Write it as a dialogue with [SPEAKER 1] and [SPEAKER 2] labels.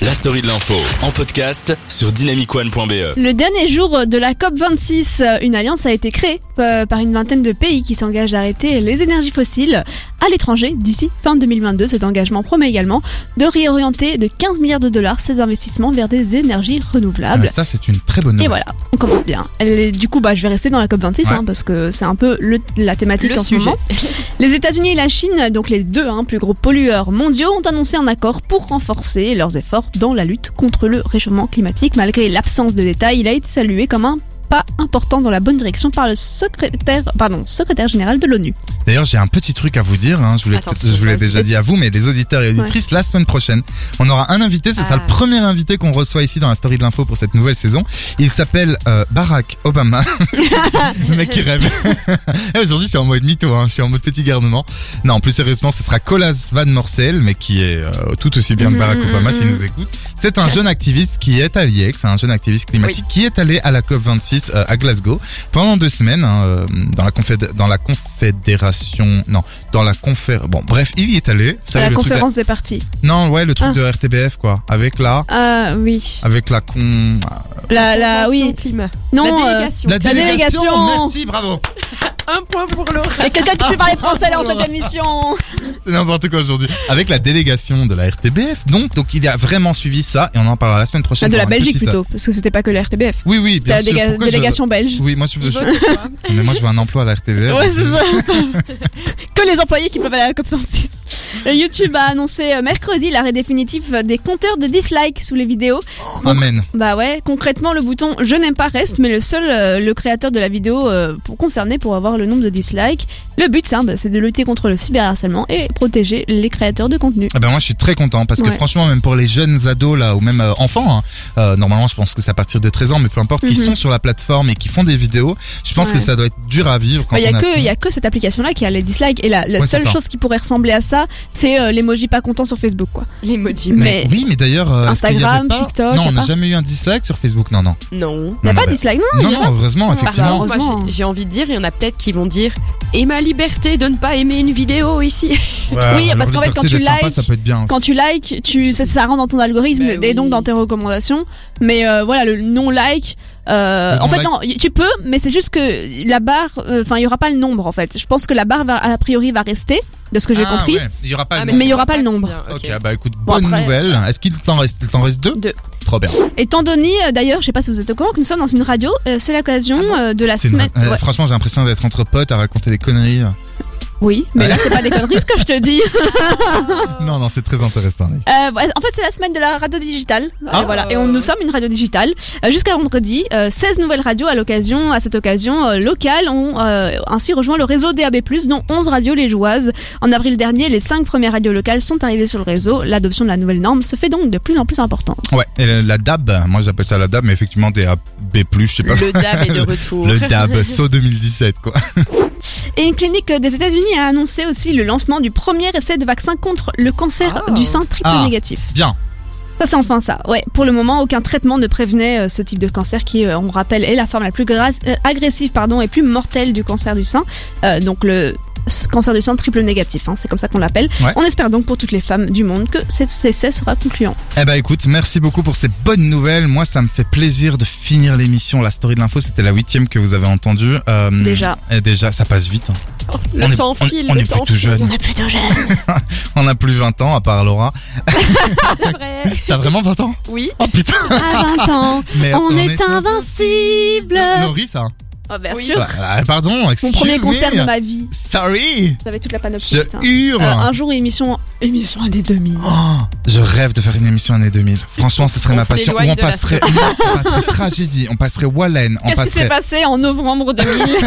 [SPEAKER 1] La story de l'info en podcast sur dynamicone.be.
[SPEAKER 2] Le dernier jour de la COP26, une alliance a été créée euh, par une vingtaine de pays qui s'engagent à arrêter les énergies fossiles à l'étranger d'ici fin 2022. Cet engagement promet également de réorienter de 15 milliards de dollars ces investissements vers des énergies
[SPEAKER 3] Ah,
[SPEAKER 2] renouvelables.
[SPEAKER 3] ça, c'est une très bonne
[SPEAKER 2] Et
[SPEAKER 3] nouvelle.
[SPEAKER 2] voilà, on commence bien. Elle est- du coup, bah, je vais rester dans la COP26
[SPEAKER 3] Ouais.
[SPEAKER 2] hein, parce que c'est un peu le- la thématique
[SPEAKER 4] Le
[SPEAKER 2] en ce
[SPEAKER 4] sujet.
[SPEAKER 2] moment. les États-Unis et la Chine, donc les deux hein, plus gros pollueurs mondiaux, ont annoncé un accord pour renforcer leurs efforts dans la lutte contre le réchauffement climatique. Malgré l'absence de détails, il a été salué comme un pas important dans la bonne direction par le secrétaire, pardon, secrétaire général de l'ONU.
[SPEAKER 3] D'ailleurs, j'ai un petit truc à vous dire. hein. Je vous l'ai,
[SPEAKER 4] Attention,
[SPEAKER 3] je vous l'ai
[SPEAKER 4] vas-y.
[SPEAKER 3] déjà dit à vous, mais les auditeurs et auditrices, la semaine prochaine, on aura un invité. C'est ça
[SPEAKER 4] Ah.
[SPEAKER 3] le premier invité qu'on reçoit ici dans la story de l'info pour cette nouvelle saison. Il s'appelle euh, Barack Obama. le mec qui rêve. Et Aujourd'hui, je suis en mode mytho. Hein. Je suis en mode petit garnement. Non, plus sérieusement, ce sera Colas Van Morcel, mais qui est euh, tout aussi bien que
[SPEAKER 2] Mhm,
[SPEAKER 3] Barack
[SPEAKER 2] mhm,
[SPEAKER 3] Obama s'il
[SPEAKER 2] mhm.
[SPEAKER 3] nous écoute. C'est un jeune activiste qui est à l'IEX, un jeune activiste climatique qui est allé à la COP26 euh, à Glasgow pendant deux semaines hein, euh, dans la conféd- dans la confédération non dans la conférence bon bref il y est allé ça
[SPEAKER 2] À la
[SPEAKER 3] le truc de-
[SPEAKER 2] conférence des partis.
[SPEAKER 3] non ouais le truc
[SPEAKER 2] Ah.
[SPEAKER 3] de RTBF quoi avec la
[SPEAKER 2] Ah oui.
[SPEAKER 3] avec la con
[SPEAKER 2] La, la, oui.
[SPEAKER 4] climat.
[SPEAKER 2] Non.
[SPEAKER 4] la
[SPEAKER 2] euh,
[SPEAKER 4] délégation.
[SPEAKER 3] la délégation,
[SPEAKER 2] délégation.
[SPEAKER 3] merci bravo
[SPEAKER 4] Un point pour Laura.
[SPEAKER 2] il y a quelqu'un qui sait parler français dans cette émission. Ah,
[SPEAKER 3] c'est n'importe quoi aujourd'hui avec la délégation de la RTBF donc donc il a vraiment suivi ça et on en parlera la semaine prochaine
[SPEAKER 2] Ah, de la
[SPEAKER 3] dans une
[SPEAKER 2] Belgique
[SPEAKER 3] petite-
[SPEAKER 2] plutôt, parce que c'était pas que la RTBF.
[SPEAKER 3] euh, oui oui
[SPEAKER 2] C'était
[SPEAKER 3] bien
[SPEAKER 2] la
[SPEAKER 3] sûr.
[SPEAKER 2] déga-
[SPEAKER 3] Pourquoi je-
[SPEAKER 2] délégation belge.
[SPEAKER 3] oui moi je veux
[SPEAKER 4] Il vote ou pas
[SPEAKER 3] mais moi je veux un emploi à la RTBF
[SPEAKER 2] Ouais, c'est ça. que les employés qui peuvent aller à la COP26. Et YouTube a annoncé euh, mercredi l'arrêt définitif des compteurs de dislikes sous les vidéos.
[SPEAKER 3] amen
[SPEAKER 2] Bah ouais, concrètement, le bouton Je n'aime pas reste, mais le seul, euh, le créateur de la vidéo euh, pour, concerné pour avoir le nombre de dislikes. Le but, c'est, hein, bah, c'est de lutter contre le cyberharcèlement et protéger les créateurs de contenu.
[SPEAKER 3] Ah ben moi je suis très content parce que
[SPEAKER 2] Ouais.
[SPEAKER 3] franchement même pour les jeunes ados là ou même euh, enfants hein, euh, normalement je pense que c'est à partir de 13 ans mais peu importe qui
[SPEAKER 2] Mhm.
[SPEAKER 3] sont sur la plateforme et qui font des vidéos je pense
[SPEAKER 2] Ouais.
[SPEAKER 3] que ça doit être dur à vivre quand
[SPEAKER 2] Il Bah, y
[SPEAKER 3] on
[SPEAKER 2] a
[SPEAKER 3] a
[SPEAKER 2] que
[SPEAKER 3] fait-
[SPEAKER 2] il y a que cette application là qui a les dislikes et la, la
[SPEAKER 3] Ouais, c'est
[SPEAKER 2] seule
[SPEAKER 3] ça.
[SPEAKER 2] chose qui pourrait ressembler à ça c'est euh, l'emoji pas content sur Facebook quoi.
[SPEAKER 4] L'emoji.
[SPEAKER 3] mais,
[SPEAKER 2] mais-
[SPEAKER 3] oui mais d'ailleurs euh, est-ce qu'il y
[SPEAKER 2] Instagram,
[SPEAKER 3] avait pas-
[SPEAKER 2] TikTok, y
[SPEAKER 3] non
[SPEAKER 2] a
[SPEAKER 3] on n'a
[SPEAKER 2] pas
[SPEAKER 3] jamais eu un dislike sur Facebook non non
[SPEAKER 4] Non.
[SPEAKER 2] Il y a
[SPEAKER 3] Non,
[SPEAKER 2] pas
[SPEAKER 3] non,
[SPEAKER 2] de dislike non, il
[SPEAKER 3] non
[SPEAKER 2] y a
[SPEAKER 3] non heureusement
[SPEAKER 2] Ah,
[SPEAKER 3] effectivement
[SPEAKER 2] bah, heureusement.
[SPEAKER 4] Moi, j'ai- j'ai envie de dire, il y en a peut-être qui vont dire Et ma liberté de ne pas aimer une vidéo ici.
[SPEAKER 3] Ouais,
[SPEAKER 2] Oui,
[SPEAKER 3] leur
[SPEAKER 2] parce qu'en fait, quand
[SPEAKER 3] liberté
[SPEAKER 2] tu
[SPEAKER 3] d'être sympa,
[SPEAKER 2] likes-
[SPEAKER 3] ça peut être bien
[SPEAKER 2] quand tu likes, tu, ça, ça rentre dans ton algorithme
[SPEAKER 4] Bah
[SPEAKER 2] et
[SPEAKER 4] oui.
[SPEAKER 2] donc dans tes recommandations. Mais euh, voilà, le non-like. euh,
[SPEAKER 3] Le
[SPEAKER 2] en fait,
[SPEAKER 3] non-like.
[SPEAKER 2] non, y- tu peux, mais c'est juste que la barre, euh, enfin, il y aura pas le nombre en fait. Je pense que la barre va, a priori va rester, de ce que j'ai
[SPEAKER 3] Ah,
[SPEAKER 2] compris.
[SPEAKER 3] ouais, il y aura pas le
[SPEAKER 4] Ah,
[SPEAKER 3] nom.
[SPEAKER 2] mais il y aura pas le nombre.
[SPEAKER 4] Bien,
[SPEAKER 3] Ok,
[SPEAKER 4] ok.
[SPEAKER 3] ah bah écoute, bonne
[SPEAKER 2] après- euh,
[SPEAKER 3] nouvelle. Est-ce qu'il t'en reste, il t'en reste deux
[SPEAKER 4] Deux.
[SPEAKER 3] Trop bien.
[SPEAKER 2] Et Tandoni, euh, d'ailleurs, je sais pas si vous êtes au courant que nous sommes dans une radio. euh, c'est l'occasion euh, de la
[SPEAKER 3] C'est une-
[SPEAKER 2] semaine.
[SPEAKER 3] euh,
[SPEAKER 2] Ouais.
[SPEAKER 3] Franchement, j'ai l'impression d'être entre potes à raconter des conneries.
[SPEAKER 2] Oui, mais là c'est pas des conneries ce que je te dis.
[SPEAKER 3] Non, non, c'est très intéressant. Anaïs.
[SPEAKER 2] Euh, ouais, en fait, c'est la semaine de la radio digitale. Euh,
[SPEAKER 3] Ah.
[SPEAKER 2] voilà. Et on, nous sommes une radio digitale. Euh, Jusqu'à vendredi, euh, 16 nouvelles radios à l'occasion, à cette occasion euh, locale ont euh, ainsi rejoint le réseau DAB+, dont 11 radios légeoises. En avril dernier, les 5 premières radios locales sont arrivées sur le réseau. L'adoption de la nouvelle norme se fait donc de plus en plus importante.
[SPEAKER 3] Ouais, et la, la DAB, moi j'appelle ça la DAB, mais effectivement des AB+, je sais pas.
[SPEAKER 4] Le DAB est de retour.
[SPEAKER 3] Le DAB, saut 2017 quoi.
[SPEAKER 2] Et une clinique euh, des États-Unis a annoncé aussi le lancement du premier essai de vaccin contre le cancer
[SPEAKER 4] Ah.
[SPEAKER 2] du sein triple
[SPEAKER 3] Ah.
[SPEAKER 2] négatif.
[SPEAKER 3] Bien.
[SPEAKER 2] Ça c'est enfin ça. Ouais, pour le moment, aucun traitement ne prévenait euh, ce type de cancer qui, euh, on rappelle, est la forme la plus grasse- euh, agressive pardon, et plus mortelle du cancer du sein. Euh, donc le s- cancer du sein triple négatif, hein, c'est comme ça qu'on l'appelle.
[SPEAKER 3] Ouais.
[SPEAKER 2] On espère donc pour toutes les femmes du monde que cet essai sera concluant.
[SPEAKER 3] Eh ben écoute, merci beaucoup pour ces bonnes nouvelles. Moi ça me fait plaisir de finir l'émission. La story de l'info, c'était la huitième que vous avez entendue. Euh,
[SPEAKER 2] Déjà. Oh,
[SPEAKER 3] et déjà, ça passe vite. hein.
[SPEAKER 4] Le
[SPEAKER 3] on est-
[SPEAKER 4] temps
[SPEAKER 3] on-
[SPEAKER 4] file.
[SPEAKER 3] on
[SPEAKER 4] le
[SPEAKER 3] est
[SPEAKER 4] temps
[SPEAKER 3] plutôt
[SPEAKER 4] file.
[SPEAKER 3] jeune.
[SPEAKER 4] est plutôt jeune.
[SPEAKER 3] On a plus 20 ans à part Laura.
[SPEAKER 4] C'est vrai.
[SPEAKER 3] T'as vraiment 20 ans
[SPEAKER 4] Oui.
[SPEAKER 3] Oh putain
[SPEAKER 2] À 20 ans,
[SPEAKER 3] Mais
[SPEAKER 2] on, est,
[SPEAKER 3] Non,
[SPEAKER 2] invincible.
[SPEAKER 3] Laurie ça
[SPEAKER 2] Oh, bien
[SPEAKER 4] Oui.
[SPEAKER 2] sûr.
[SPEAKER 3] Bah, ah, Pardon, excuse
[SPEAKER 2] Mon premier concert
[SPEAKER 3] me.
[SPEAKER 2] de ma vie.
[SPEAKER 3] Sorry
[SPEAKER 2] J'avais toute la panoplie.
[SPEAKER 3] Je
[SPEAKER 2] putain.
[SPEAKER 3] hurle
[SPEAKER 2] Euh, un jour émission émission année 2000.
[SPEAKER 3] Oh, je rêve de faire une émission années 2000. Franchement, ce serait
[SPEAKER 4] On
[SPEAKER 3] ma passion.
[SPEAKER 4] s'éloigne
[SPEAKER 3] Où on
[SPEAKER 4] de la
[SPEAKER 3] passerait, on passerait tragédie, on passerait Wallen, on
[SPEAKER 2] Qu'est-ce qui
[SPEAKER 3] passerait
[SPEAKER 2] s'est passé en novembre 2000